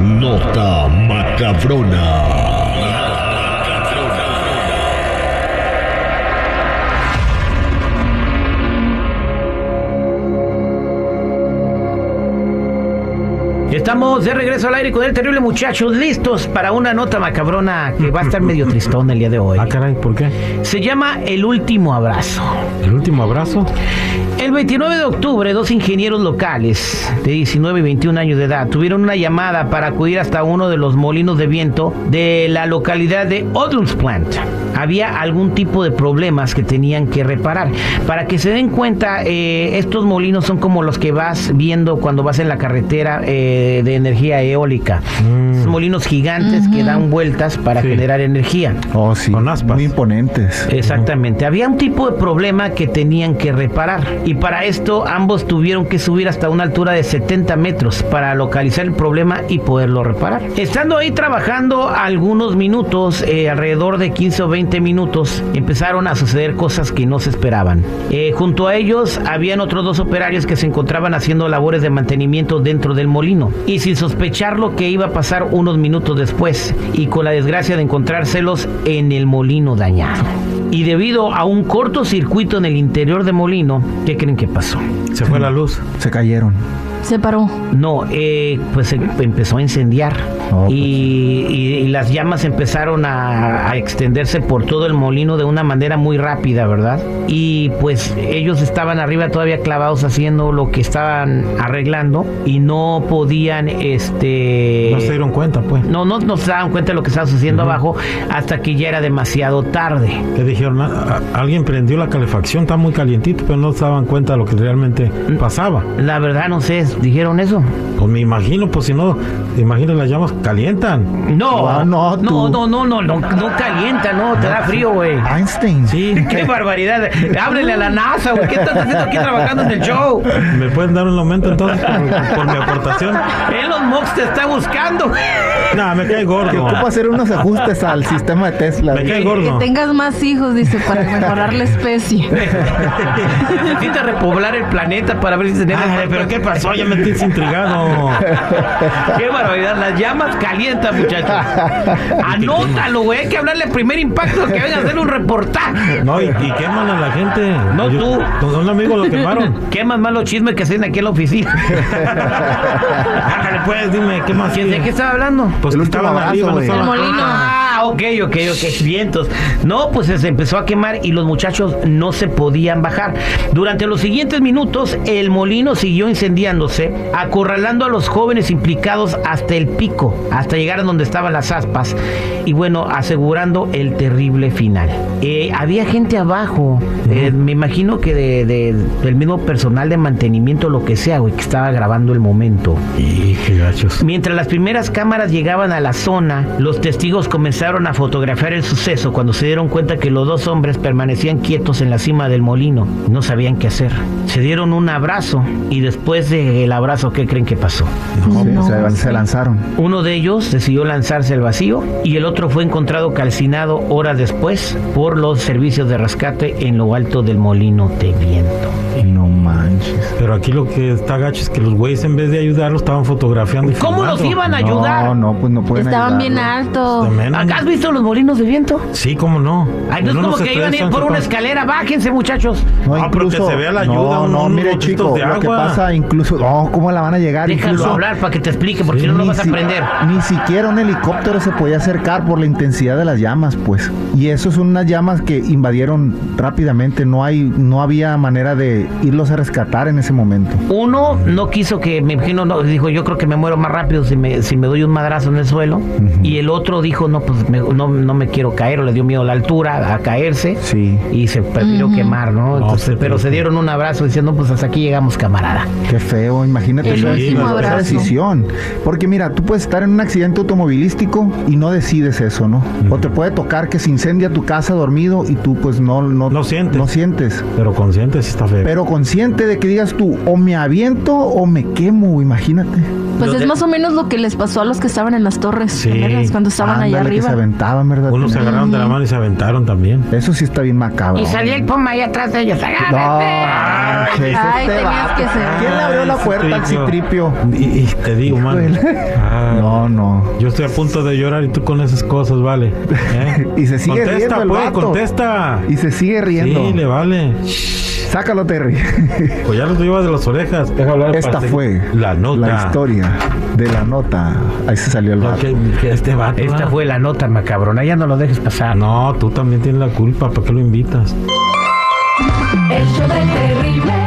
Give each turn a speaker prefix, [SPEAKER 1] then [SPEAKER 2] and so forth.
[SPEAKER 1] Nota macabrona.
[SPEAKER 2] Estamos de regreso al aire con el terrible muchacho, listos para una nota macabrona que va a estar medio tristón el día de hoy.
[SPEAKER 3] Ah, caray, ¿por qué?
[SPEAKER 2] Se llama El último abrazo.
[SPEAKER 3] El último abrazo.
[SPEAKER 2] El 29 de octubre, dos ingenieros locales de 19 y 21 años de edad tuvieron una llamada para acudir hasta uno de los molinos de viento de la localidad de Odlumsplant. Había algún tipo de problemas que tenían que reparar. Para que se den cuenta, eh, estos molinos son como los que vas viendo cuando vas en la carretera eh, de energía eólica. Esos molinos gigantes que dan vueltas para
[SPEAKER 3] Sí.
[SPEAKER 2] generar energía.
[SPEAKER 4] Oh, sí.
[SPEAKER 3] Con aspas.
[SPEAKER 4] Muy imponentes.
[SPEAKER 2] Exactamente. Había un tipo de problema que tenían que reparar. Y para esto ambos tuvieron que subir hasta una altura de 70 metros para localizar el problema y poderlo reparar. Estando ahí trabajando algunos minutos, eh, alrededor de 15 o 20 minutos, empezaron a suceder cosas que no se esperaban. Eh, junto a ellos habían otros dos operarios que se encontraban haciendo labores de mantenimiento dentro del molino. Y sin sospechar lo que iba a pasar unos minutos después, y con la desgracia de encontrárselos en el molino dañado. Y debido a un cortocircuito en el interior de molino, ¿qué creen que pasó?
[SPEAKER 3] Se fue la luz.
[SPEAKER 4] Se cayeron.
[SPEAKER 5] Se paró.
[SPEAKER 2] No, eh, pues em- empezó a incendiar
[SPEAKER 3] pues.
[SPEAKER 4] Oh,
[SPEAKER 2] y, y- y las llamas empezaron a, a extenderse por todo el molino de una manera muy rápida, ¿verdad? Y pues ellos estaban arriba todavía clavados haciendo lo que estaban arreglando y no podían, este...
[SPEAKER 3] No se dieron cuenta, pues.
[SPEAKER 2] no, no no se daban cuenta de lo que estaba sucediendo abajo hasta que ya era demasiado tarde.
[SPEAKER 3] Le dijeron, "Ah, ah, alguien prendió la calefacción, está muy calientito, pero no se daban cuenta de lo que realmente pasaba.
[SPEAKER 2] La verdad no sé, ¿dijeron eso?
[SPEAKER 3] Pues me imagino, pues si no, imagino las llamas calientan.
[SPEAKER 2] No,
[SPEAKER 4] Ah,
[SPEAKER 2] no,
[SPEAKER 4] no,
[SPEAKER 2] no,
[SPEAKER 4] tú.
[SPEAKER 2] no, no, no, no, calienta, no, te da frío, güey.
[SPEAKER 4] Einstein.
[SPEAKER 3] Sí,
[SPEAKER 2] Qué barbaridad. Ábrele a la NASA, güey. ¿Qué estás haciendo aquí trabajando en el show?
[SPEAKER 3] ¿me pueden dar un aumento entonces por, por mi aportación?
[SPEAKER 2] Elon Musk te está buscando. güey.
[SPEAKER 3] No, me cae
[SPEAKER 4] Que
[SPEAKER 3] gordo.
[SPEAKER 4] ocupa hacer unos ajustes al sistema de Tesla.
[SPEAKER 3] Me cae gordo.
[SPEAKER 5] Que tengas más hijos, dice, para mejorar la especie.
[SPEAKER 2] Necesita repoblar el planeta para ver si tenemos.
[SPEAKER 3] Ay, Ah, pero ¿qué pasó? Ya me tienes intrigado.
[SPEAKER 2] Qué barbaridad. Las llamas calientan, muchachos. Anótalo, güey. Hay que hablarle al primer impacto que venga a hacer un reportaje.
[SPEAKER 3] No, y, y queman a la gente.
[SPEAKER 2] No, tú.
[SPEAKER 3] Con un amigo lo quemaron.
[SPEAKER 2] Qué más malos chismes que hacen aquí en la oficina.
[SPEAKER 3] Ándale, pues, dime, ¿qué más?
[SPEAKER 2] ¿De qué estaba hablando?
[SPEAKER 3] Pues
[SPEAKER 4] El último
[SPEAKER 3] que estaban
[SPEAKER 4] abrazo,
[SPEAKER 3] arriba, no
[SPEAKER 4] güey.
[SPEAKER 3] estaban-
[SPEAKER 5] El molino.
[SPEAKER 2] Ah, ok, ok, ok, vientos. No, pues se empezó a quemar y los muchachos no se podían bajar. Durante los siguientes minutos, el molino siguió incendiándose, acorralando a los jóvenes implicados hasta el pico, hasta llegar a donde estaban las aspas, y bueno, asegurando el terrible final. Eh, había gente abajo, eh, me imagino que de- de- del mismo personal de mantenimiento, lo que sea, güey, que estaba grabando el momento.
[SPEAKER 3] Y qué gachos.
[SPEAKER 2] Mientras las primeras cámaras llegaban a la zona, los testigos comenzaron a fotografiar el suceso cuando se dieron cuenta que los dos hombres permanecían quietos en la cima del molino. No sabían qué hacer. Se dieron un abrazo y después del abrazo, ¿qué creen que pasó?
[SPEAKER 4] Sí,
[SPEAKER 5] No,
[SPEAKER 4] se,
[SPEAKER 5] sí.
[SPEAKER 4] se lanzaron.
[SPEAKER 2] Uno de ellos decidió lanzarse al vacío y el otro fue encontrado calcinado horas después por los servicios de rescate en lo alto del molino de viento.
[SPEAKER 4] No manches.
[SPEAKER 3] Pero aquí lo que está gacho es que los güeyes en vez de ayudarlos estaban fotografiando. y
[SPEAKER 2] ¿Cómo los
[SPEAKER 3] filmando.
[SPEAKER 2] iban a ayudar?
[SPEAKER 4] No, no, pues no pueden
[SPEAKER 5] Estaban bien
[SPEAKER 4] ayudarlo.
[SPEAKER 5] altos.
[SPEAKER 3] De menos.
[SPEAKER 2] ¿Acá has visto los molinos de viento?
[SPEAKER 3] Sí, cómo no.
[SPEAKER 2] Ay, no es
[SPEAKER 3] Uno
[SPEAKER 2] como
[SPEAKER 3] se
[SPEAKER 2] que iban a ir
[SPEAKER 3] estresan,
[SPEAKER 2] por una
[SPEAKER 3] se-
[SPEAKER 2] escalera. Bájense, muchachos.
[SPEAKER 4] No,
[SPEAKER 3] Ah, pero que
[SPEAKER 4] incluso-
[SPEAKER 3] se vea la ayuda,
[SPEAKER 4] No,
[SPEAKER 3] un-
[SPEAKER 4] no,
[SPEAKER 3] unos
[SPEAKER 4] mire,
[SPEAKER 3] gotitos
[SPEAKER 4] chico,
[SPEAKER 3] de
[SPEAKER 4] lo que
[SPEAKER 3] agua.
[SPEAKER 4] pasa incluso. No, ¿cómo la van a llegar?
[SPEAKER 2] Déjalo
[SPEAKER 4] incluso,
[SPEAKER 2] hablar para que te explique, porque si no, no
[SPEAKER 4] Ni
[SPEAKER 2] vas a
[SPEAKER 4] si-
[SPEAKER 2] aprender.
[SPEAKER 4] Ni siquiera un helicóptero se podía acercar por la intensidad de las llamas, pues. Y eso son unas llamas que invadieron rápidamente. No hay, no había manera de irlos a rescatar en ese momento.
[SPEAKER 2] Uno no quiso que, me imagino, no, dijo, yo creo que me muero más rápido si me, si me doy un madrazo en el suelo. Y el otro dijo, no, pues me- no, no me quiero caer, o le dio miedo la altura, a caerse.
[SPEAKER 4] Sí.
[SPEAKER 2] Y se prefirió quemar, ¿no? pues, Entonces,
[SPEAKER 3] se
[SPEAKER 2] pero se
[SPEAKER 3] prefiere.
[SPEAKER 2] dieron un abrazo diciendo, pues hasta aquí llegamos, camarada.
[SPEAKER 4] Qué feo, imagínate
[SPEAKER 5] El
[SPEAKER 4] esa-
[SPEAKER 3] último
[SPEAKER 4] esa
[SPEAKER 3] abrazo.
[SPEAKER 4] decisión. Porque mira, tú puedes estar en un accidente automovilístico y no decides eso, ¿no? O te puede tocar que se incendia tu casa dormido y tú pues no no,
[SPEAKER 3] No sientes.
[SPEAKER 4] No sientes.
[SPEAKER 3] Pero consciente sí está feo.
[SPEAKER 4] Pero consciente de que digas tú, o me aviento o me quemo, imagínate.
[SPEAKER 5] Pues
[SPEAKER 2] Los
[SPEAKER 5] es
[SPEAKER 2] de-
[SPEAKER 5] más o menos lo que les pasó a los que estaban en las torres
[SPEAKER 3] Sí.
[SPEAKER 5] gemelas cuando estaban allá
[SPEAKER 4] Ándale, que se
[SPEAKER 5] arriba.
[SPEAKER 4] aventaban, ¿verdad?
[SPEAKER 3] Unos se
[SPEAKER 4] Tenía-
[SPEAKER 3] agarraron de la mano y se aventaron también.
[SPEAKER 4] Eso sí está bien macabro.
[SPEAKER 2] Y salía el poma ahí atrás de ellos.
[SPEAKER 4] No,
[SPEAKER 2] ¡Agárrate!
[SPEAKER 4] manches,
[SPEAKER 5] Ay,
[SPEAKER 4] este
[SPEAKER 5] tenías
[SPEAKER 4] vato.
[SPEAKER 5] que ser.
[SPEAKER 4] ¿Quién le abrió la
[SPEAKER 3] Ay,
[SPEAKER 4] puerta al citripio?
[SPEAKER 3] Y, y te digo, mano.
[SPEAKER 4] Híjole.
[SPEAKER 3] Ah,
[SPEAKER 4] No, no.
[SPEAKER 3] Yo estoy a punto de llorar y tú con esas cosas, vale. ¿Eh?
[SPEAKER 4] Y se sigue
[SPEAKER 3] contesta,
[SPEAKER 4] riendo el
[SPEAKER 3] pues,
[SPEAKER 4] vato.
[SPEAKER 3] contesta.
[SPEAKER 4] Y se sigue riendo.
[SPEAKER 3] Sí, le vale.
[SPEAKER 4] Sácalo, Terry.
[SPEAKER 3] Pues ya los llevas de las orejas. Deja hablar el
[SPEAKER 4] Esta
[SPEAKER 3] pase-
[SPEAKER 4] fue
[SPEAKER 3] la nota.
[SPEAKER 4] la historia de la nota. Ahí se salió el
[SPEAKER 3] Lo
[SPEAKER 4] vato.
[SPEAKER 3] que- que este vato.
[SPEAKER 2] Esta
[SPEAKER 3] ah.
[SPEAKER 2] fue la nota macabrona, ya no lo dejes pasar.
[SPEAKER 3] No, tú también tienes la culpa. ¿Para qué lo invitas?
[SPEAKER 1] El show del terrible.